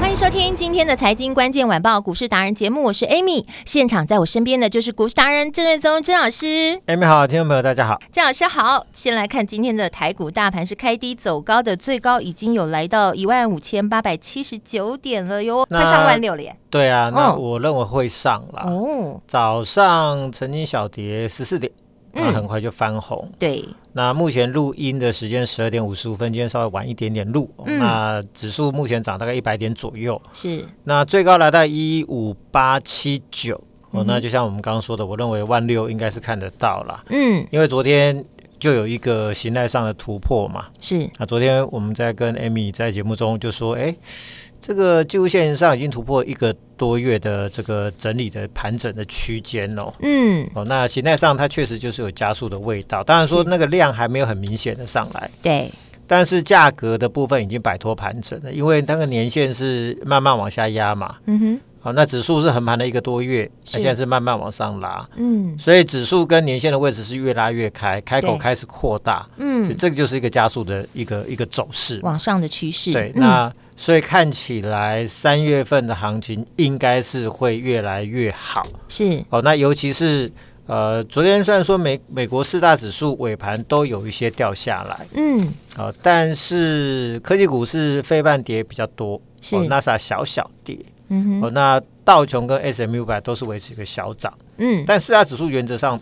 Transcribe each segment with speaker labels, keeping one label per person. Speaker 1: 欢迎收听今天的财经关键晚报股市达人节目，我是 Amy。现场在我身边的就是股市达人郑瑞宗郑老师，
Speaker 2: 哎，你好，听众朋友，大家好。
Speaker 1: 郑老师好。先来看今天的台股大盘是开低走高的，最高已经有来到一万五千八百七十九点了哟，
Speaker 2: 那啊
Speaker 1: 快上万六了耶！
Speaker 2: 对啊，那
Speaker 1: 哦
Speaker 2: 我认为会上啦。
Speaker 1: 哦，
Speaker 2: 早上曾经小跌十四点，那
Speaker 1: 嗯
Speaker 2: 很快就翻红。
Speaker 1: 对，
Speaker 2: 那目前录音的时间十二点五十五分，今天稍微晚一点点录。
Speaker 1: 嗯
Speaker 2: 那指数目前涨大概一百点左右，
Speaker 1: 是
Speaker 2: 那最高来到一五八七九。
Speaker 1: 嗯
Speaker 2: 哦，那就像我们刚刚说的，我认为万六应该是看得到啦，
Speaker 1: 嗯
Speaker 2: 因为昨天就有一个形态上的突破嘛。
Speaker 1: 是
Speaker 2: 那昨天我们在跟 Amy 在节目中就说，哎，这个技术线上已经突破一个多月的这个整理的盘整的区间哦。
Speaker 1: 嗯
Speaker 2: 哦，那形态上它确实就是有加速的味道，当然说那个量还没有很明显的上来，
Speaker 1: 对
Speaker 2: 但是价格的部分已经摆脱盘整了，因为那个年限是慢慢往下压嘛。
Speaker 1: 嗯哼
Speaker 2: 好、那指数是横盘了一个多月，
Speaker 1: 是
Speaker 2: 那现在是慢慢往上拉，
Speaker 1: 嗯
Speaker 2: 所以指数跟年线的位置是越拉越开，开口
Speaker 1: 对
Speaker 2: 开始扩大，所以
Speaker 1: 嗯
Speaker 2: 这个就是一个加速的一个一个走势。
Speaker 1: 往上的趋势
Speaker 2: 对，
Speaker 1: 嗯
Speaker 2: 那所以看起来三月份的行情应该是会越来越好
Speaker 1: 是
Speaker 2: 哦。那尤其是呃，昨天虽然说美美国四大指数尾盘都有一些掉下来
Speaker 1: 嗯
Speaker 2: 啊、哦但是科技股是非半跌比较多，
Speaker 1: 是
Speaker 2: 哦，NASA 小小跌
Speaker 1: 嗯哼
Speaker 2: 哦，那道琼跟 S M U 百都是维持一个小涨，
Speaker 1: 嗯
Speaker 2: 但四大指数原则上。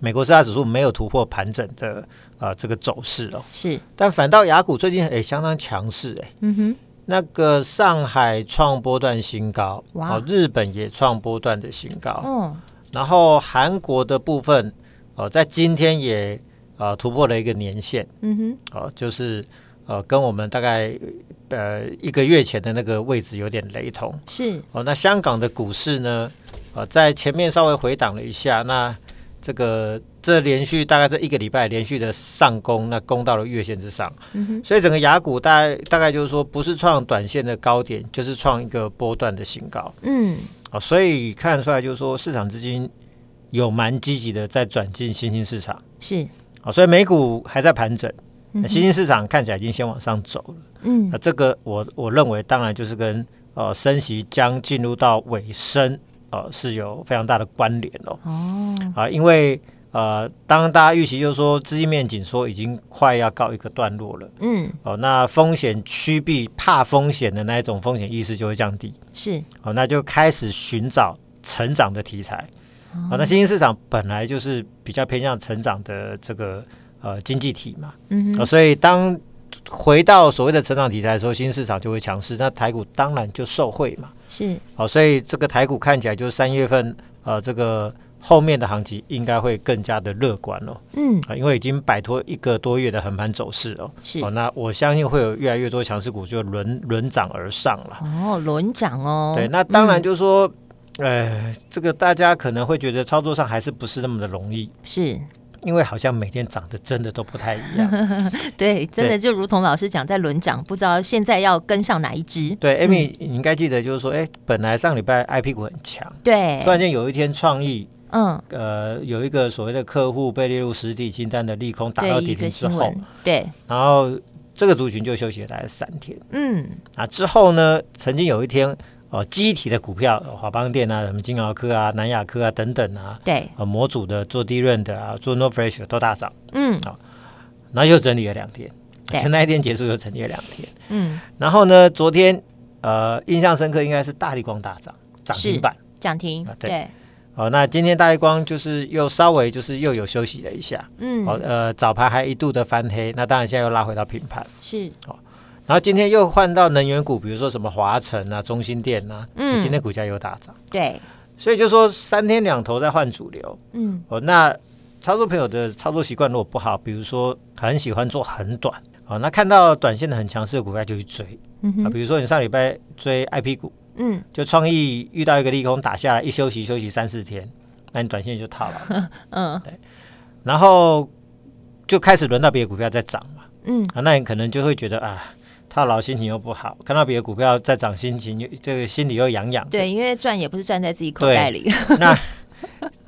Speaker 2: 美国四大指数没有突破盘整的呃这个走势哦，
Speaker 1: 是
Speaker 2: 但反倒雅股最近也、相当强势哎，
Speaker 1: 嗯哼
Speaker 2: 那个上海创波段新高，
Speaker 1: 哇
Speaker 2: 哦，日本也创波段的新高，
Speaker 1: 哦
Speaker 2: 然后韩国的部分，哦，在今天也呃突破了一个年限，
Speaker 1: 嗯哼
Speaker 2: 哦，就是呃跟我们大概呃一个月前的那个位置有点雷同，
Speaker 1: 是
Speaker 2: 哦，那香港的股市呢，呃，在前面稍微回档了一下，那这个这连续大概这一个礼拜连续的上攻，那攻到了月线之上，
Speaker 1: 嗯哼
Speaker 2: 所以整个雅股大概大概就是说，不是创短线的高点，就是创一个波段的新高
Speaker 1: 嗯
Speaker 2: 哦，所以看得出来就是说，市场资金有蛮积极的在转进新兴市场
Speaker 1: 是
Speaker 2: 哦，所以美股还在盘整，
Speaker 1: 嗯
Speaker 2: 那
Speaker 1: 哼
Speaker 2: 新兴市场看起来已经先往上走了。
Speaker 1: 嗯
Speaker 2: 那这个我我认为当然就是跟呃升息将进入到尾声呃是有非常大的关联哦
Speaker 1: 哦
Speaker 2: 啊、因为呃当大家预期就是说资金面紧缩已经快要告一个段落了。
Speaker 1: 嗯
Speaker 2: 哦，那风险趋避、怕风险的那一种风险意识就会降低。
Speaker 1: 是
Speaker 2: 哦，那就开始寻找成长的题材。哦，那新兴市场本来就是比较偏向成长的这个呃经济体嘛。
Speaker 1: 嗯
Speaker 2: 哦，
Speaker 1: 哼
Speaker 2: 所以当回到所谓的成长题材的时候，新兴市场就会强势，那台股当然就受惠嘛。
Speaker 1: 是
Speaker 2: 哦，所以这个台股看起来就是三月份呃这个。后面的行情应该会更加的乐观哦，
Speaker 1: 嗯
Speaker 2: 啊，因为已经摆脱一个多月的横盘走势哦。
Speaker 1: 是
Speaker 2: 哦，那我相信会有越来越多强势股就轮轮涨而上了。
Speaker 1: 哦轮涨哦
Speaker 2: 对，那当然就是说，呃，这个大家可能会觉得操作上还是不是那么的容易，
Speaker 1: 是
Speaker 2: 因为好像每天涨的真的都不太一 样。
Speaker 1: 对，真的
Speaker 2: 对
Speaker 1: 就如同老师讲，在轮涨，不知道现在要跟上哪一支。
Speaker 2: 对，Amy，、你应该记得就是说，哎，本来上礼拜 IP 股很强，
Speaker 1: 对
Speaker 2: 突，然间有一天创意，
Speaker 1: 嗯，
Speaker 2: 呃，有一个所谓的客户被列入实体清单的利空打到
Speaker 1: 对
Speaker 2: 底
Speaker 1: 一个
Speaker 2: 停之
Speaker 1: 新
Speaker 2: 后，
Speaker 1: 闻，对，
Speaker 2: 然后这个族群就休息了大概三天。
Speaker 1: 嗯，
Speaker 2: 啊，之后呢，曾经有一天，哦，机体的股票，哦华邦电啊，什么金豪科啊、南亚科啊等等啊，
Speaker 1: 对，
Speaker 2: 呃，模组的做低润的啊，做 No Fresh 的都大涨，
Speaker 1: 嗯
Speaker 2: 然后又整理了两天，
Speaker 1: 对
Speaker 2: 就那一天结束又整理了两天。
Speaker 1: 嗯，
Speaker 2: 然后呢，昨天呃，印象深刻应该是大力光大涨，涨停板。
Speaker 1: 涨停
Speaker 2: 啊，对
Speaker 1: 对，
Speaker 2: 哦，那今天大力光就是又稍微就是又有休息了一下，哦
Speaker 1: 嗯，
Speaker 2: 呃，早盘还一度的翻黑，那当然现在又拉回到平盘，
Speaker 1: 是，
Speaker 2: 然后今天又换到能源股，比如说什么华晨啊、中心电啊，
Speaker 1: 嗯
Speaker 2: 今天股价又大涨。
Speaker 1: 对，
Speaker 2: 所以就说三天两头在换主流
Speaker 1: 嗯
Speaker 2: 哦。那操作朋友的操作习惯如果不好，比如说很喜欢做很短哦，那看到短线的很强势的股票就去追
Speaker 1: 嗯
Speaker 2: 啊，
Speaker 1: 哼
Speaker 2: 比如说你上礼拜追 IP 股，
Speaker 1: 嗯
Speaker 2: 就创意遇到一个利空打下来，一休息休息三四天，那你短线就套牢，
Speaker 1: 嗯
Speaker 2: 然后就开始轮到别的股票在涨嘛，
Speaker 1: 嗯
Speaker 2: 啊，那你可能就会觉得啊，套牢心情又不好，看到别的股票在涨，心情又这个心里又痒痒，
Speaker 1: 对，因为赚也不是赚在自己口袋里，
Speaker 2: 那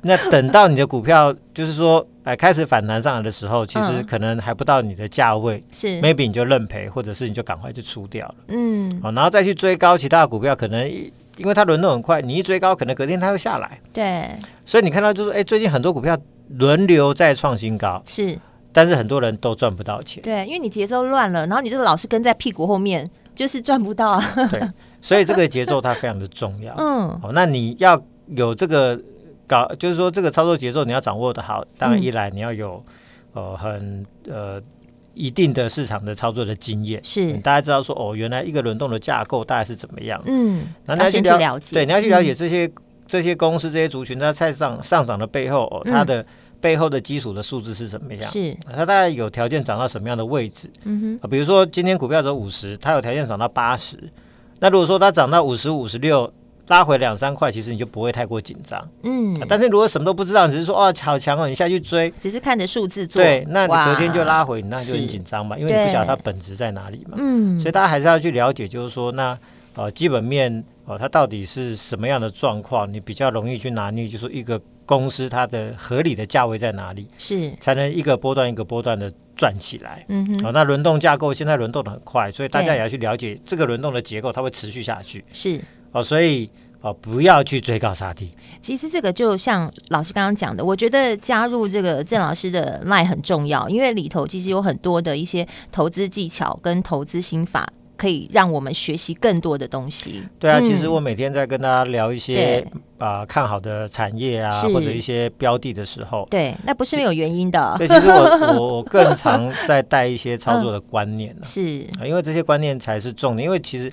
Speaker 2: 那等到你的股票就是说，哎、开始反弹上来的时候，其实
Speaker 1: 嗯
Speaker 2: 可能还不到你的价位、
Speaker 1: 是
Speaker 2: m a y b e 你就认赔，或者是你就赶快就出掉了，
Speaker 1: 嗯
Speaker 2: 好、然后再去追高其他的股票，可能一因为它轮动很快，你一追高，可能隔天它又下来，
Speaker 1: 对
Speaker 2: 所以你看到就是，哎、最近很多股票轮流在创新高，
Speaker 1: 是
Speaker 2: 但是很多人都赚不到钱，
Speaker 1: 对，因为你节奏乱了，然后你这个老是跟在屁股后面，就是赚不到 啊。
Speaker 2: 对，所以这个节奏它非常的重要。
Speaker 1: 嗯
Speaker 2: 哦，那你要有这个搞，就是说这个操作节奏你要掌握的好。当然，
Speaker 1: 嗯
Speaker 2: 一来你要有、呃很呃一定的市场的操作的经验，
Speaker 1: 是
Speaker 2: 嗯大家知道说哦，原来一个轮动的架构大概是怎么样。
Speaker 1: 嗯，
Speaker 2: 然后
Speaker 1: 要
Speaker 2: 你
Speaker 1: 先去了解，
Speaker 2: 对，你要去了解
Speaker 1: 嗯
Speaker 2: 这些、这些公司、这些族群，它在上上涨的背后，哦，它
Speaker 1: 嗯
Speaker 2: 的背后的基础的数字是怎么样？
Speaker 1: 是
Speaker 2: 它大概有条件涨到什么样的位置？
Speaker 1: 嗯
Speaker 2: 啊，比如说今天股票走五十，它有条件涨到八十，那如果说它涨到五十五十六，拉回两三块，其实你就不会太过紧张。啊
Speaker 1: 哼嗯，
Speaker 2: 但是如果什么都不知道，你只是说哦好强哦，你下去追，
Speaker 1: 只是看着数字做，
Speaker 2: 对，那你隔天就
Speaker 1: 哇
Speaker 2: 拉回，你那就很
Speaker 1: 是
Speaker 2: 紧张嘛，因为你不
Speaker 1: 对
Speaker 2: 晓得它本质在哪里嘛。
Speaker 1: 嗯，
Speaker 2: 所以大家还是要去了解，就是说那呃基本面哦、呃它到底是什么样的状况，你比较容易去拿捏，就是一个公司它的合理的价位在哪里，
Speaker 1: 是
Speaker 2: 才能一个波段一个波段的赚起来。
Speaker 1: 嗯哼
Speaker 2: 哦，那轮动架构现在轮动的很快，所以大家
Speaker 1: 对
Speaker 2: 也要去了解这个轮动的结构，它会持续下去。
Speaker 1: 是。
Speaker 2: 哦，所以哦，不要去追高杀低。
Speaker 1: 其实这个就像老师刚刚讲的，我觉得加入这个郑老师的 line 很重要，因为里头其实有很多的一些投资技巧跟投资心法，可以让我们学习更多的东西。
Speaker 2: 对啊，
Speaker 1: 嗯
Speaker 2: 其实我每天在跟大家聊一些
Speaker 1: 对
Speaker 2: 啊、看好的产业啊，
Speaker 1: 是
Speaker 2: 或者一些标的的时候，
Speaker 1: 对，那不是没有原因的，
Speaker 2: 对，其实我我我更常在带一些操作的观念、啊
Speaker 1: 是
Speaker 2: 啊因为这些观念才是重点。因为其实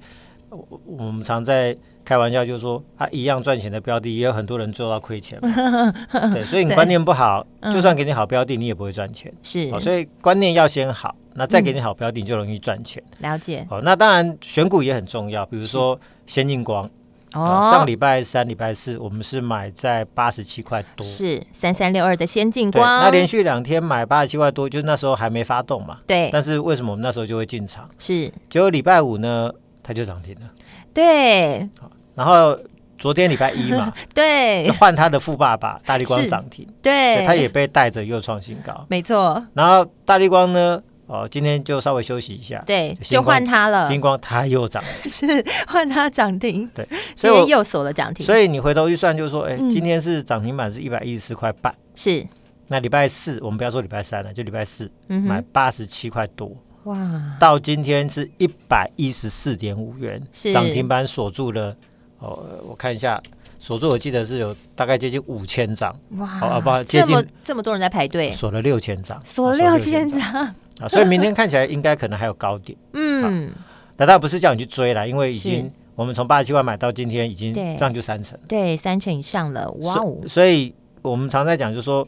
Speaker 2: 我我们常在开玩笑，就是说啊，一样赚钱的标的，也有很多人做到亏钱嘛。 对，所以你
Speaker 1: 对
Speaker 2: 观念不好，
Speaker 1: 嗯
Speaker 2: 就算给你好标的，你也不会赚钱。
Speaker 1: 是
Speaker 2: 哦，所以观念要先好，那再
Speaker 1: 嗯
Speaker 2: 给你好标的，你就容易赚钱。
Speaker 1: 了解
Speaker 2: 哦，那当然选股也很重要，比如说先进光，哦、上礼拜三、礼拜四我们是买在八十七块多，
Speaker 1: 是三三六二的先进
Speaker 2: 对，
Speaker 1: 光，
Speaker 2: 那连续两天买八十七块多，就那时候还没发动嘛。
Speaker 1: 对
Speaker 2: 但是为什么我们那时候就会进场？
Speaker 1: 是
Speaker 2: 结果礼拜五呢，它就涨停了，
Speaker 1: 对
Speaker 2: 然后昨天礼拜 一嘛，
Speaker 1: 对
Speaker 2: 就换它的富爸爸大力光
Speaker 1: 是哎
Speaker 2: 涨停，
Speaker 1: 对，
Speaker 2: 对，它也被带着又创新高。
Speaker 1: 没错，
Speaker 2: 然后大力光呢，哦，今天就稍微休息一下，
Speaker 1: 对，
Speaker 2: 星
Speaker 1: 就
Speaker 2: 光
Speaker 1: 换它了，
Speaker 2: 星光它又涨，
Speaker 1: 是换它涨停，
Speaker 2: 对，
Speaker 1: 今
Speaker 2: 所以
Speaker 1: 天
Speaker 2: 我
Speaker 1: 又锁了涨停，
Speaker 2: 所以你回头一算，就是说，哎、
Speaker 1: 嗯
Speaker 2: 今天是涨停板是一百一十四块半，
Speaker 1: 是
Speaker 2: 那礼拜四我们不要说礼拜三了，就礼拜四
Speaker 1: 嗯
Speaker 2: 买
Speaker 1: 哼，
Speaker 2: 八十七块多，
Speaker 1: 哇，
Speaker 2: 到今天是一百一十四点五元，
Speaker 1: 是
Speaker 2: 涨停板锁住了，哦，我看一下。锁住我记得是有大概接近五千张，
Speaker 1: 哇，
Speaker 2: 好啊不接
Speaker 1: 这
Speaker 2: 近
Speaker 1: 么这么多人在排队，
Speaker 2: 锁了六千张，
Speaker 1: 锁
Speaker 2: 哦
Speaker 1: 六千
Speaker 2: 张
Speaker 1: 张，
Speaker 2: 啊，所以明天看起来应该可能还有高点。
Speaker 1: 嗯，
Speaker 2: 那当然不是叫你去追啦，因为已经
Speaker 1: 是
Speaker 2: 我们从八十七块买到今天已经
Speaker 1: 对
Speaker 2: 这样就三成。
Speaker 1: 对，三成以上了，哇哦
Speaker 2: 所，所以我们常在讲，就是说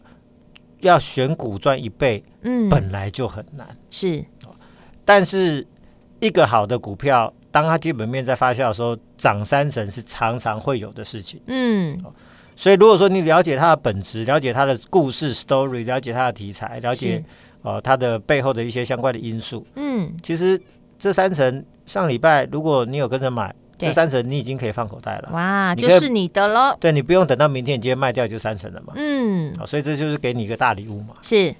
Speaker 2: 要选股赚一倍，
Speaker 1: 嗯，
Speaker 2: 本来就很难。
Speaker 1: 是
Speaker 2: 但是一个好的股票，当它基本面在发酵的时候，涨三成是常常会有的事情。
Speaker 1: 嗯
Speaker 2: 所以如果说你了解它的本质，了解它的故事 story，了解它的题材，了解
Speaker 1: 是
Speaker 2: 呃它的背后的一些相关的因素，
Speaker 1: 嗯
Speaker 2: 其实这三成上礼拜如果你有跟着买，
Speaker 1: 对
Speaker 2: 这三成你已经可以放口袋了。
Speaker 1: 哇，
Speaker 2: 你
Speaker 1: 就
Speaker 2: 可以
Speaker 1: 是你的喽，
Speaker 2: 对你不用等到明天，你今天卖掉就三成了嘛。哦
Speaker 1: 嗯，
Speaker 2: 好，所以这就是给你一个大礼物嘛。
Speaker 1: 是，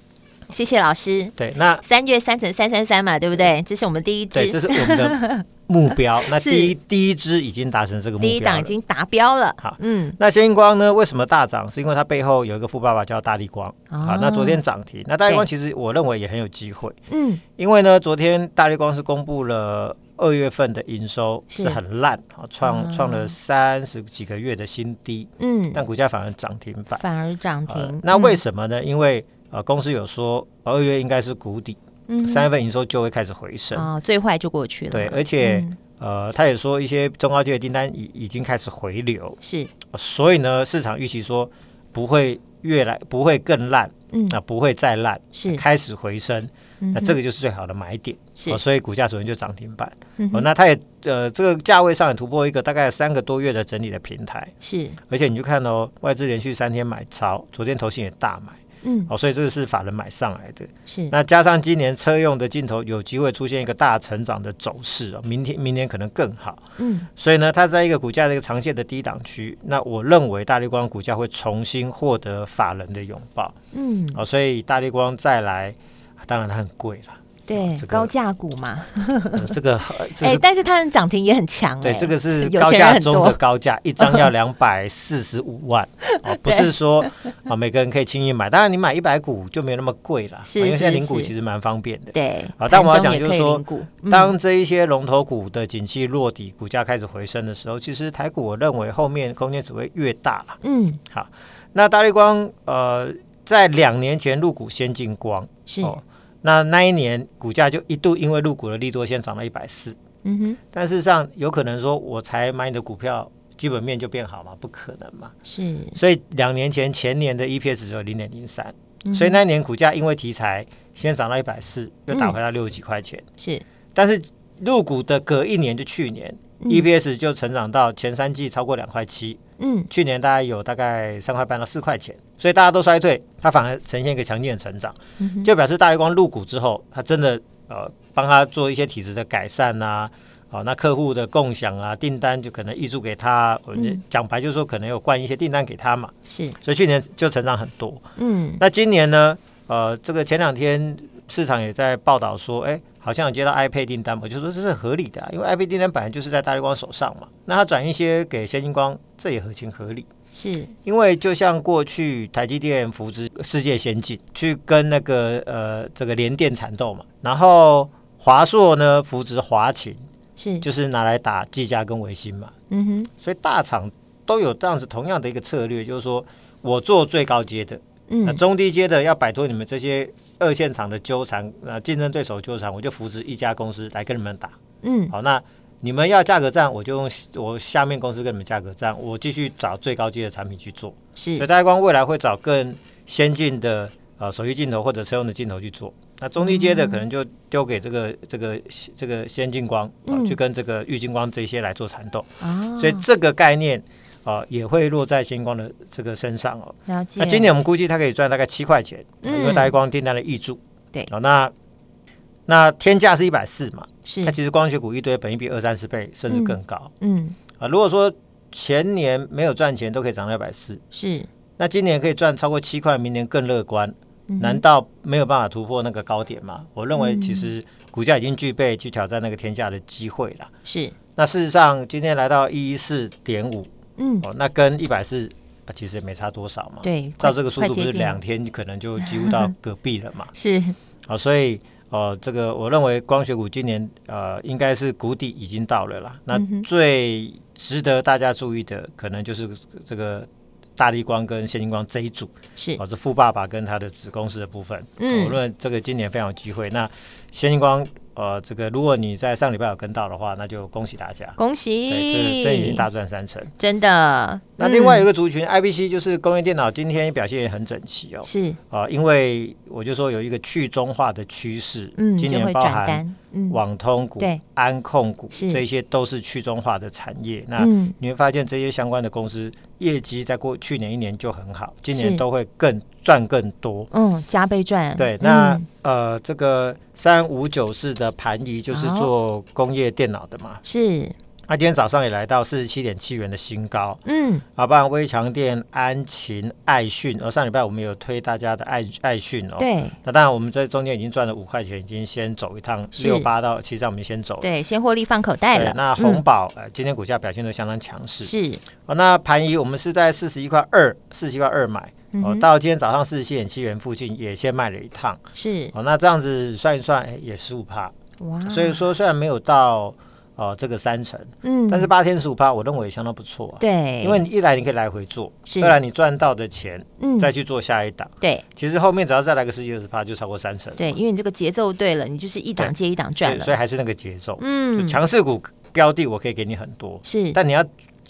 Speaker 1: 谢谢老师。
Speaker 2: 对，那
Speaker 1: 三月三乘三三三嘛，对不对？这是我们第一
Speaker 2: 嗯对，
Speaker 1: 支
Speaker 2: 这是我们的目 标。那
Speaker 1: 是
Speaker 2: 第一第一支已经达成这个目标
Speaker 1: 第一档
Speaker 2: 了
Speaker 1: 已经达标了。
Speaker 2: 好
Speaker 1: 嗯，
Speaker 2: 那先进光呢？为什么大涨？是因为它背后有一个富爸爸叫大力光。
Speaker 1: 哦
Speaker 2: 好，那昨天涨停，那大力光
Speaker 1: 对
Speaker 2: 其实我认为也很有机会，
Speaker 1: 嗯，
Speaker 2: 因为呢，昨天大力光是公布了二月份的营收
Speaker 1: 是
Speaker 2: 是很烂，好创
Speaker 1: 哦
Speaker 2: 创了三十几个月的新低，
Speaker 1: 嗯，
Speaker 2: 但股价反而涨停板。
Speaker 1: 反而涨
Speaker 2: 好了
Speaker 1: 停。嗯
Speaker 2: 那为
Speaker 1: 什
Speaker 2: 什么呢？因为呃，公司有说呃二月应该是谷底，
Speaker 1: 么
Speaker 2: 三月份营收就会开始回升。
Speaker 1: 嗯哦啊，最坏就过去了嘛？
Speaker 2: 对，而且、
Speaker 1: 嗯
Speaker 2: 呃，他也说一些中高阶的订单已已经开始回流，
Speaker 1: 是，
Speaker 2: 所以呢，市场预期说不会越来不会更烂，
Speaker 1: 嗯，
Speaker 2: 啊、不会再烂，
Speaker 1: 是，
Speaker 2: 开始回升，
Speaker 1: 那
Speaker 2: 那这个就是最好的买点，
Speaker 1: 是
Speaker 2: 哦，所以股价昨天就涨停板，
Speaker 1: 嗯
Speaker 2: 哦，
Speaker 1: 哼
Speaker 2: 那它也呃这个价位上也突破一个大概三个多月的整理的平台，
Speaker 1: 是，
Speaker 2: 而且你就看哦，外资连续三天买超，昨天投信也大买，
Speaker 1: 嗯，
Speaker 2: 哦，所以这个是法人买上来的，
Speaker 1: 是，
Speaker 2: 那加上今年车用的镜头有机会出现一个大成长的走势哦，明天明年可能更好。
Speaker 1: 嗯，
Speaker 2: 所以呢，它在一个股价的一个长线的低档区，那我认为大力光股价会重新获得法人的拥抱
Speaker 1: 嗯，
Speaker 2: 哦，所以大力光再来，啊当然它很贵 啦，
Speaker 1: 对，
Speaker 2: 这个
Speaker 1: 高价股嘛，
Speaker 2: 呃这个呃这
Speaker 1: 哎、
Speaker 2: 是
Speaker 1: 但是它的涨停也很强、哎，
Speaker 2: 对，这个是
Speaker 1: 有
Speaker 2: 高
Speaker 1: 钱人
Speaker 2: 价
Speaker 1: 很
Speaker 2: 中
Speaker 1: 多
Speaker 2: 的高价，一张要两百四十 五万哦，不是说啊每个人可以轻易买，当然你买一百股就没有那么贵啦，哦
Speaker 1: 是
Speaker 2: 因为现在
Speaker 1: 是
Speaker 2: 零股
Speaker 1: 是
Speaker 2: 其实蛮方便的。
Speaker 1: 对，
Speaker 2: 啊但我要
Speaker 1: 盘中
Speaker 2: 讲
Speaker 1: 也
Speaker 2: 就是
Speaker 1: 可以
Speaker 2: 说
Speaker 1: 领股，嗯
Speaker 2: 当这一些龙头股的景气落底，股价开始回升的时候，其实台股我认为后面空间只会越大啦。
Speaker 1: 嗯
Speaker 2: 那大力光呃，在两年前入股先进光
Speaker 1: 是，
Speaker 2: 哦那那一年股价就一度因为入股的利多先涨到一百四，
Speaker 1: 嗯哼，
Speaker 2: 但事实上有可能说我才买你的股票，基本面就变好吗？不可能嘛。
Speaker 1: 是，
Speaker 2: 所以两年前前年的 EPS 只有零点零三，
Speaker 1: 嗯
Speaker 2: 所以
Speaker 1: 哼
Speaker 2: 那一年股价因为题材先涨到一百四，又打回到六十几块钱。
Speaker 1: 是
Speaker 2: 但是入股的隔一年就去年、
Speaker 1: 嗯
Speaker 2: EPS 就成长到前三季超过两块七，
Speaker 1: 嗯
Speaker 2: 去年大概有大概三块半到四块钱，所以大家都衰退，它反而呈现一个强劲的成长，
Speaker 1: 嗯哼
Speaker 2: 就表示大力光入股之后，它真的呃帮他做一些体质的改善呐、好、那客户的共享啊，订单就可能溢出给他，我就
Speaker 1: 嗯
Speaker 2: 讲白就是说可能有灌一些订单给他嘛，
Speaker 1: 是，
Speaker 2: 所以去年就成长很多。
Speaker 1: 嗯
Speaker 2: 那今年呢？呃，这个前两天市场也在报道说，哎，好像有接到 iPad 订单嘛，我就说这是合理的、啊，因为 iPad 订单本来就是在大力光手上嘛，那他转一些给先进光，这也合情合理。
Speaker 1: 是，
Speaker 2: 因为就像过去台积电扶植世界先进，去跟那个呃这个联电缠斗嘛，然后华硕呢扶植华勤，
Speaker 1: 是，
Speaker 2: 就是拿来打技嘉跟维新嘛，
Speaker 1: 嗯哼，
Speaker 2: 所以大厂都有这样子同样的一个策略，就是说我做最高阶的，那
Speaker 1: 嗯，
Speaker 2: 中低阶的要摆脱你们这些二线厂的纠缠，那竞争对手纠缠，我就扶持一家公司来跟你们打。
Speaker 1: 嗯，
Speaker 2: 好，那你们要价格战，我就用我下面公司跟你们价格战，我继续找最高阶的产品去做。所以
Speaker 1: 是，
Speaker 2: 大家光未来会找更先进的呃手机镜头或者车用的镜头去做。那中低阶的可能
Speaker 1: 嗯
Speaker 2: 就丢给这个这个这个先进光、啊
Speaker 1: 嗯
Speaker 2: 去跟这个玉金光这些来做缠斗。
Speaker 1: 啊，
Speaker 2: 所以这个概念啊、也会落在先进光的这个身上哦。
Speaker 1: 了解，
Speaker 2: 那今年我们估计它可以赚大概七块钱，
Speaker 1: 嗯
Speaker 2: 因为大力光订单的益注。
Speaker 1: 对
Speaker 2: 哦，那那天价是一百四嘛，
Speaker 1: 是
Speaker 2: 那，其实光学股一堆，本一比二三十倍甚至更高、
Speaker 1: 嗯，
Speaker 2: 啊。如果说前年没有赚钱都可以涨到一百四，
Speaker 1: 是，
Speaker 2: 那今年可以赚超过七块，明年更乐观，
Speaker 1: 嗯哼嗯
Speaker 2: 难道没有办法突破那个高点吗？我认为其实股价已经具备去挑战那个天价的机会了。
Speaker 1: 是，
Speaker 2: 那事实上今天来到一一四点五
Speaker 1: 嗯，
Speaker 2: 哦，那跟一百四啊其实也没差多少嘛。
Speaker 1: 对，
Speaker 2: 哦照
Speaker 1: 快
Speaker 2: 这个速
Speaker 1: 快
Speaker 2: 度，不
Speaker 1: 接
Speaker 2: 是
Speaker 1: 近
Speaker 2: 两
Speaker 1: 了？
Speaker 2: 天可能就几乎到隔壁了嘛
Speaker 1: 是，
Speaker 2: 啊，所以呃，这个我认为光学股今年呃应该是谷底已经到了啦。那
Speaker 1: 嗯哼
Speaker 2: 最值得大家注意的，可能就是这个大力光跟现金光这一组，
Speaker 1: 是
Speaker 2: 哦，，是富爸爸跟他的子公司的部分。哦
Speaker 1: 嗯
Speaker 2: 我认为这个今年非常有机会。那现金光呃，这个如果你在上礼拜有跟到的话，那就恭喜大家。
Speaker 1: 恭
Speaker 2: 对，
Speaker 1: 喜，
Speaker 2: 这这已经大赚三成。
Speaker 1: 真的。嗯
Speaker 2: 那另外有一
Speaker 1: 个
Speaker 2: 个族群 IBC 就是工业电脑，今天表现也很整齐哦。
Speaker 1: 是，
Speaker 2: 啊，因为我就说有一个去中化的趋势，
Speaker 1: 嗯，
Speaker 2: 今
Speaker 1: 就
Speaker 2: 年
Speaker 1: 会
Speaker 2: 包
Speaker 1: 转
Speaker 2: 含
Speaker 1: 单，嗯，
Speaker 2: 网通股、
Speaker 1: 对
Speaker 2: 安控股，
Speaker 1: 是
Speaker 2: 这些都是去中化的产业。那
Speaker 1: 嗯
Speaker 2: 你会发现这些相关的公司业绩在过去年一年就很好，今年
Speaker 1: 是
Speaker 2: 都会更赚更多。
Speaker 1: 嗯，加倍赚，
Speaker 2: 对，那、
Speaker 1: 嗯
Speaker 2: 呃，这个三五九四的盘仪就是
Speaker 1: 好
Speaker 2: 做工业电脑的嘛，
Speaker 1: 是，
Speaker 2: 那、今天早上也来到四十七点七元的新高。
Speaker 1: 嗯，
Speaker 2: 啊，不然微强电、安勤、爱讯，而、上礼拜我们有推大家的爱爱讯哦，
Speaker 1: 对
Speaker 2: 那当然，我们在中间已经赚了五块钱，已经先走一趟
Speaker 1: 是
Speaker 2: 六八到七上，我们先走了。
Speaker 1: 对，先获利放口袋
Speaker 2: 对
Speaker 1: 了。
Speaker 2: 那
Speaker 1: 嗯
Speaker 2: 红宝、呃，今天股价表现都相当强势。
Speaker 1: 是，
Speaker 2: 哦，那盘仪我们是在四十一块二、四十一块二买，
Speaker 1: 嗯
Speaker 2: 哦，
Speaker 1: 哼
Speaker 2: 到今天早上四十七点七元附近也先卖了一趟。
Speaker 1: 是
Speaker 2: 哦，那这样子算一算，哎也十五趴。
Speaker 1: 哇，
Speaker 2: 所以说虽然没有到呃这个三成，
Speaker 1: 嗯，
Speaker 2: 但是八天十五趴，我认为也相当不错、啊。，
Speaker 1: 对，
Speaker 2: 因为你一来你可以来回做，
Speaker 1: 是
Speaker 2: 二来你赚到的钱
Speaker 1: 嗯，
Speaker 2: 再去做下一档，
Speaker 1: 对
Speaker 2: 其实后面只要再来个十几二十趴，就超过三成。
Speaker 1: 对，因为你这个节奏对了，你就是一档
Speaker 2: 对
Speaker 1: 接一档
Speaker 2: 所
Speaker 1: 赚
Speaker 2: 以所以
Speaker 1: 了。
Speaker 2: 还是那个节奏，就
Speaker 1: 嗯，
Speaker 2: 强势股标的我可以给你很多，
Speaker 1: 是，
Speaker 2: 但你要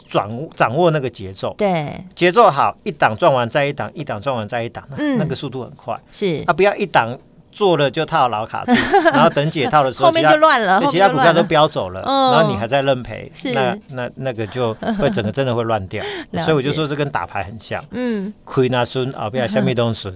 Speaker 2: 掌握掌握那个节奏，
Speaker 1: 对，
Speaker 2: 节奏好，一档赚完再一档，一档赚完再一档，那、
Speaker 1: 嗯
Speaker 2: 那个速度很快
Speaker 1: 是，
Speaker 2: 啊！不要一档做了就套牢 卡住，然后等解套的时候，
Speaker 1: 后面就乱了，
Speaker 2: 对，
Speaker 1: 后
Speaker 2: 其他
Speaker 1: 面就
Speaker 2: 股票
Speaker 1: 乱
Speaker 2: 都
Speaker 1: 了。
Speaker 2: 飙走了，
Speaker 1: 嗯
Speaker 2: 然后你还在认赔，
Speaker 1: 是
Speaker 2: 那那那个就会整个真的会乱掉。
Speaker 1: 了
Speaker 2: 所以我就
Speaker 1: 解
Speaker 2: 说这跟打牌很像，
Speaker 1: 嗯，
Speaker 2: 亏那孙啊，不要下面东孙。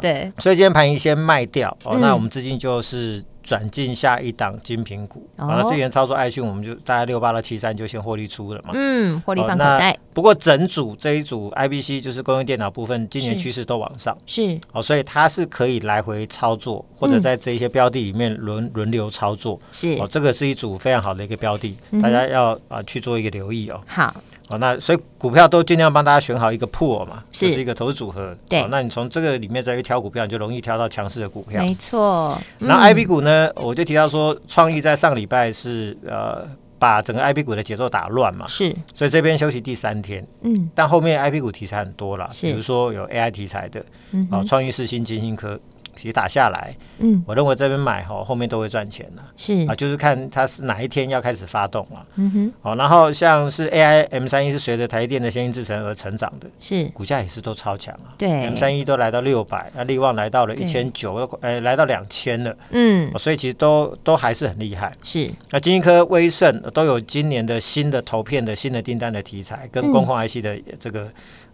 Speaker 1: 对，
Speaker 2: 所以今天盘一先卖掉哦，
Speaker 1: 嗯
Speaker 2: 那我们资金就是转进下一档精品股。
Speaker 1: 哦
Speaker 2: 啊，那之前操作爱讯，我们就大概六八到七三就先获利出了嘛。
Speaker 1: 嗯，获利
Speaker 2: 哦
Speaker 1: 放口
Speaker 2: 那
Speaker 1: 袋
Speaker 2: 不过整组这一组 IBC 就是公用电脑部分，今年
Speaker 1: 是
Speaker 2: 趋势都往上
Speaker 1: 是，
Speaker 2: 哦，所以它是可以来回操作，或者
Speaker 1: 嗯
Speaker 2: 在这一些标的里面轮轮流操作。
Speaker 1: 是嗯
Speaker 2: 哦，这个是一组非常好的一个标的，大家要啊、去做一个留意哦。
Speaker 1: 好，
Speaker 2: 哦，那所以股票都尽量帮大家选好一个 pool 嘛，
Speaker 1: 是
Speaker 2: 就是一个投资组合。
Speaker 1: 对
Speaker 2: 哦那你从这个里面再去挑股票，你就容易挑到强势的股票。
Speaker 1: 没错。
Speaker 2: 然后
Speaker 1: 嗯
Speaker 2: IB 股呢，我就提到说，创意在上礼拜是呃把整个 IB 股的节奏打乱嘛，
Speaker 1: 是，
Speaker 2: 所以这边休息第三天，
Speaker 1: 嗯
Speaker 2: 但后面 IB 股题材很多啦，
Speaker 1: 是
Speaker 2: 比如说有 AI 题材的，
Speaker 1: 嗯
Speaker 2: 哦，
Speaker 1: 哼
Speaker 2: 创意、世新、金星科，其实打下来，
Speaker 1: 嗯，
Speaker 2: 我认为这边买哦，后面都会赚钱的
Speaker 1: 是
Speaker 2: 啊，，就是看它是哪一天要开始发动了、
Speaker 1: 嗯哼，
Speaker 2: 哦，然后像是 AI M 三一是随着台积电的先进制程而成长的，
Speaker 1: 是，
Speaker 2: 股价也是都超强啊。
Speaker 1: 对
Speaker 2: M，三一都来到六百，那力旺来到了
Speaker 1: 对
Speaker 2: 一千九，呃，来到两千了、
Speaker 1: 嗯
Speaker 2: 哦，所以其实都都还是很厉害。
Speaker 1: 是，
Speaker 2: 那金鹰科、威盛呃都有今年的新的投片的新的订单的题材，跟
Speaker 1: 嗯
Speaker 2: 工控 IC 的这个、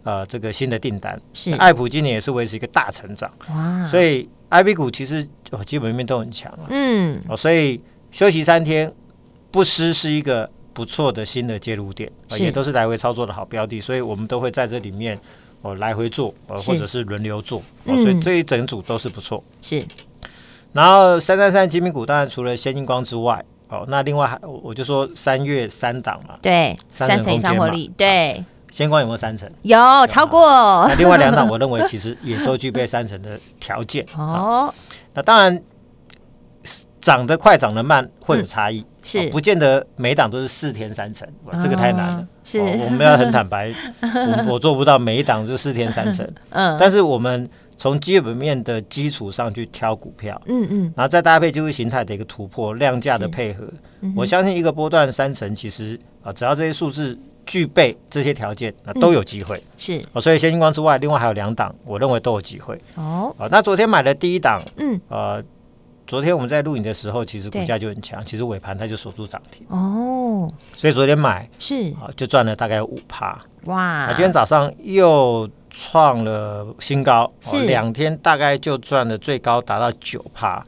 Speaker 2: 呃这个新的订单。
Speaker 1: 是嗯
Speaker 2: 那爱普今年也是维持一个大成长，
Speaker 1: 哇，
Speaker 2: 所
Speaker 1: 以
Speaker 2: 以 IB 股其实哦基本面都很强啊。
Speaker 1: 嗯
Speaker 2: 哦，所以休息三天不失是一个不错的新的介入点，呃
Speaker 1: 是
Speaker 2: 也都是来回操作的好标的，所以我们都会在这里面哦来回做，呃
Speaker 1: 是
Speaker 2: 或者是轮流做，哦，
Speaker 1: 嗯
Speaker 2: 所以这一整组都是不错。
Speaker 1: 是，
Speaker 2: 然后三三三精品股当然除了先进光之外，哦，那另外还我我就说三月三档嘛，
Speaker 1: 对，
Speaker 2: 三
Speaker 1: 三
Speaker 2: 人
Speaker 1: 成以
Speaker 2: 空
Speaker 1: 上
Speaker 2: 间
Speaker 1: 获
Speaker 2: 嘛
Speaker 1: 利，对，
Speaker 2: 先光有没有三成？
Speaker 1: 有超过
Speaker 2: 那另外两档我认为其实也都具备三成的条 件。啊
Speaker 1: 哦，
Speaker 2: 那当然涨得快涨得慢会有差异。
Speaker 1: 嗯是
Speaker 2: 哦不见得每档都是四天三成，哇这个太难了
Speaker 1: 啊。是
Speaker 2: 哦我们要很 坦白，我我做不到每一档就四天三成，
Speaker 1: 嗯
Speaker 2: 但是我们从基本面的基础上去挑股票，
Speaker 1: 嗯嗯，
Speaker 2: 然后再搭配技术形态的一个突破、量价的
Speaker 1: 是
Speaker 2: 配合，
Speaker 1: 嗯
Speaker 2: 我
Speaker 1: 哼
Speaker 2: 相信一个波段三成，其实啊，只要这些数字具备这些条件，那
Speaker 1: 嗯
Speaker 2: 都有机会。
Speaker 1: 是
Speaker 2: 哦，所以先进光之外，另外还有两档，我认为都有机会。
Speaker 1: 哦，
Speaker 2: 啊，那昨天买的第一档，
Speaker 1: 嗯
Speaker 2: 呃，昨天我们在录影的时候，其实股
Speaker 1: 对
Speaker 2: 价就很强，其实尾盘它就锁住涨停，
Speaker 1: 哦，
Speaker 2: 所以昨天买
Speaker 1: 是
Speaker 2: 啊，就赚了大概五趴。
Speaker 1: 哇，
Speaker 2: 啊，今天早上又创了新高，哦
Speaker 1: 是
Speaker 2: 两、天大概就赚了最高达到九趴，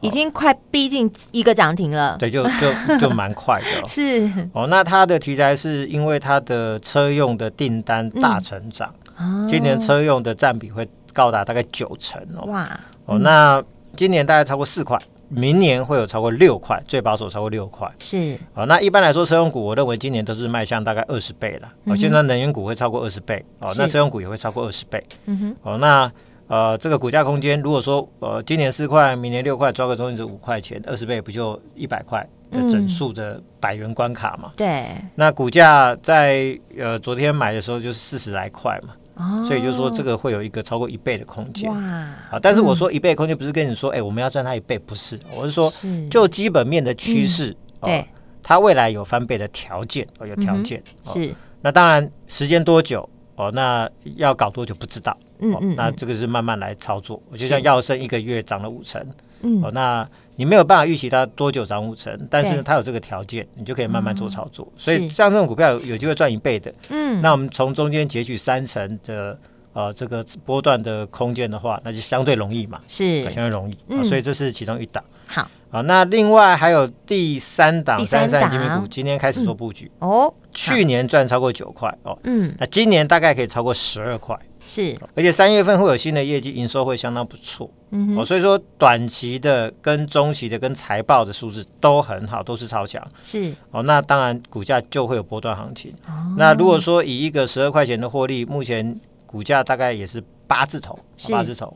Speaker 1: 已经快逼近一个涨停了，
Speaker 2: 对，就就就蛮快 的哦、
Speaker 1: 是
Speaker 2: 哦。那它的题材是因为它的车用的订单大
Speaker 1: 嗯
Speaker 2: 成长，
Speaker 1: 哦
Speaker 2: 今年车用的占比会高达大概九成哦。
Speaker 1: 哇，
Speaker 2: 哦，那今年大概超过四块，明年会有超过六块，最保守超过六块。
Speaker 1: 是
Speaker 2: 哦，那一般来说，车用股我认为今年都是迈向大概二十倍了。哦，现在能源股会超过二十倍，哦，
Speaker 1: 嗯是
Speaker 2: 那车用股也会超过二十倍。
Speaker 1: 嗯哼，
Speaker 2: 哦，那呃，这个股价空间，如果说呃，今年四块，明年六块，抓个中间值五块钱，二十倍不就一百块的整数的百元关卡嘛？
Speaker 1: 对，
Speaker 2: 那股价在呃昨天买的时候就是四十来块嘛，
Speaker 1: 哦，
Speaker 2: 所以就说这个会有一个超过一倍的空间。
Speaker 1: 哇，
Speaker 2: 好，但是我说一倍的空间不是跟你说，哎、我们要赚它一倍，不是，我是说
Speaker 1: 是
Speaker 2: 就基本面的趋势，
Speaker 1: 嗯
Speaker 2: 哦
Speaker 1: 对嗯
Speaker 2: 它未来有翻倍的条件哦，有条件、哦。
Speaker 1: 是
Speaker 2: 那当然时间多久哦，那要搞多久不知道。
Speaker 1: 嗯
Speaker 2: 哦
Speaker 1: 嗯，
Speaker 2: 那
Speaker 1: 嗯
Speaker 2: 这个是慢慢来操作。我就是像药圣一个月涨了五成，
Speaker 1: 嗯
Speaker 2: 哦，那你没有办法预期它多久涨五成，但是
Speaker 1: 对嗯
Speaker 2: 呢它有这个条件，你就可以慢慢做操作。所以
Speaker 1: 是
Speaker 2: 像这种股票有有机会赚一倍的，
Speaker 1: 嗯，
Speaker 2: 那我们从中间截取三成的呃这个波段的空间的话，那就相对容易嘛，
Speaker 1: 是
Speaker 2: 相对容易、啊
Speaker 1: 嗯
Speaker 2: 所以这是其中一档。
Speaker 1: 好
Speaker 2: 啊，那另外还有第三档
Speaker 1: 第三
Speaker 2: 三
Speaker 1: 档
Speaker 2: 三金品股，今天开始做布局，
Speaker 1: 哦，
Speaker 2: 去年赚超过九块哦，
Speaker 1: 嗯
Speaker 2: 那今年大概可以超过十二块，
Speaker 1: 是
Speaker 2: 而且三月份会有新的业绩，营收会相当不错、
Speaker 1: 嗯
Speaker 2: 哦，
Speaker 1: 哼
Speaker 2: 所以说短期的、跟中期的、跟财报的数字都很好，都是超强
Speaker 1: 是
Speaker 2: 哦。那当然股价就会有波段行情。
Speaker 1: 哦
Speaker 2: 那如果说以一个十二块钱的获利，目前股价大概也是八字头，
Speaker 1: 是
Speaker 2: 八字头，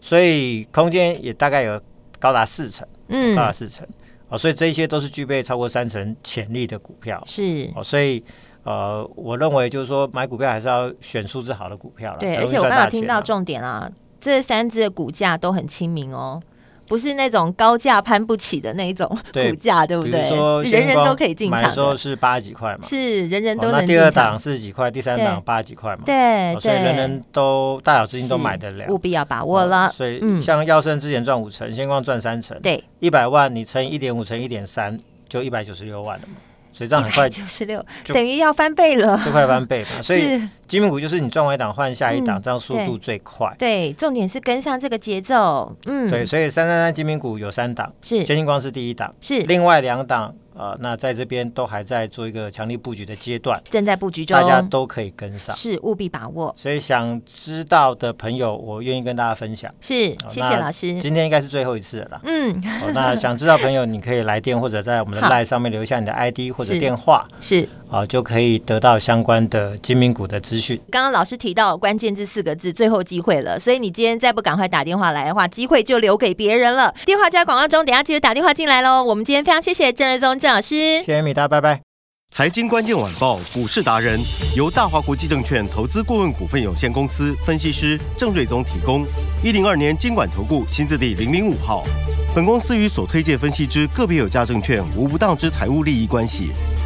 Speaker 2: 所以空间也大概有高达四成。
Speaker 1: 嗯
Speaker 2: 高达四成哦，所以这一些都是具备超过三成潜力的股票
Speaker 1: 是
Speaker 2: 哦，所以呃，我认为就是说买股票还是要选数字好的股票了，
Speaker 1: 对，
Speaker 2: 才
Speaker 1: 而
Speaker 2: 容易
Speaker 1: 且我
Speaker 2: 赚啊
Speaker 1: 刚
Speaker 2: 大
Speaker 1: 好听
Speaker 2: 钱
Speaker 1: 到
Speaker 2: 啊
Speaker 1: 重点啊，这三只的股价都很亲民哦，不是那种高价攀不起的那一种
Speaker 2: 对
Speaker 1: 股价，对不
Speaker 2: 比
Speaker 1: 对
Speaker 2: 如说？先
Speaker 1: 人人
Speaker 2: 光
Speaker 1: 都可以进
Speaker 2: 买的
Speaker 1: 场
Speaker 2: 时候
Speaker 1: 的，
Speaker 2: 是八十几块嘛，
Speaker 1: 是人人
Speaker 2: 哦
Speaker 1: 都
Speaker 2: 那
Speaker 1: 能
Speaker 2: 第
Speaker 1: 进
Speaker 2: 二
Speaker 1: 场
Speaker 2: 档。四十几块，第三
Speaker 1: 对
Speaker 2: 档八十几块嘛，
Speaker 1: 对
Speaker 2: 哦所以人
Speaker 1: 哎对
Speaker 2: 人，都大小资金都
Speaker 1: 是
Speaker 2: 买得了。
Speaker 1: 务必要把握了
Speaker 2: 哦。所以
Speaker 1: 嗯
Speaker 2: 像耀盛之前赚五成，先光赚三成，，
Speaker 1: 对，
Speaker 2: 一百万你乘一点五乘一点三，就一百九十六万了嘛，所以这样很
Speaker 1: 一百
Speaker 2: 快
Speaker 1: 九十六
Speaker 2: 就
Speaker 1: 等于要翻倍了。
Speaker 2: 就快翻倍 嘛。所以
Speaker 1: 是，
Speaker 2: 金融股就是你赚完一档换下一档，
Speaker 1: 嗯
Speaker 2: 这样速度最快。
Speaker 1: 对，重点是跟上这个节奏。嗯，
Speaker 2: 对，，所以三三三金明股有三档，
Speaker 1: 是
Speaker 2: 先进光是第一档，
Speaker 1: 是
Speaker 2: 另外两档呃，那在这边都还在做一个强力布局的阶段，
Speaker 1: 正在布局中，
Speaker 2: 大家都可以跟上。
Speaker 1: 是务必把握。
Speaker 2: 所以想知道的朋友，我愿意跟大家分享。
Speaker 1: 是，
Speaker 2: 哦
Speaker 1: 谢
Speaker 2: 那
Speaker 1: 谢老师。
Speaker 2: 今天应该是最后一次了 啦。
Speaker 1: 嗯，
Speaker 2: 哦，那想知道朋友，你可以来电或者在我们的
Speaker 1: 好
Speaker 2: LINE 上面留下你的 ID 或者
Speaker 1: 是
Speaker 2: 电话，
Speaker 1: 是。
Speaker 2: 啊，就可以得到相关的金明股的资讯。
Speaker 1: 刚刚老师提到关键字四个字，最后机会了，所以你今天再不赶快打电话来的话，机会就留给别人了。电话就在广告中，等一下记得打电话进来喽。我们今天非常谢谢郑瑞宗郑老师
Speaker 2: 谢。谢米大，拜拜。
Speaker 3: 财经关键晚报股市达人由大华国际证券投资顾问股份有限公司分析师郑瑞宗提供。一零二年经管投顾新字第零零五号。本公司与所推介分析之个别有价证券无不当之财务利益关系。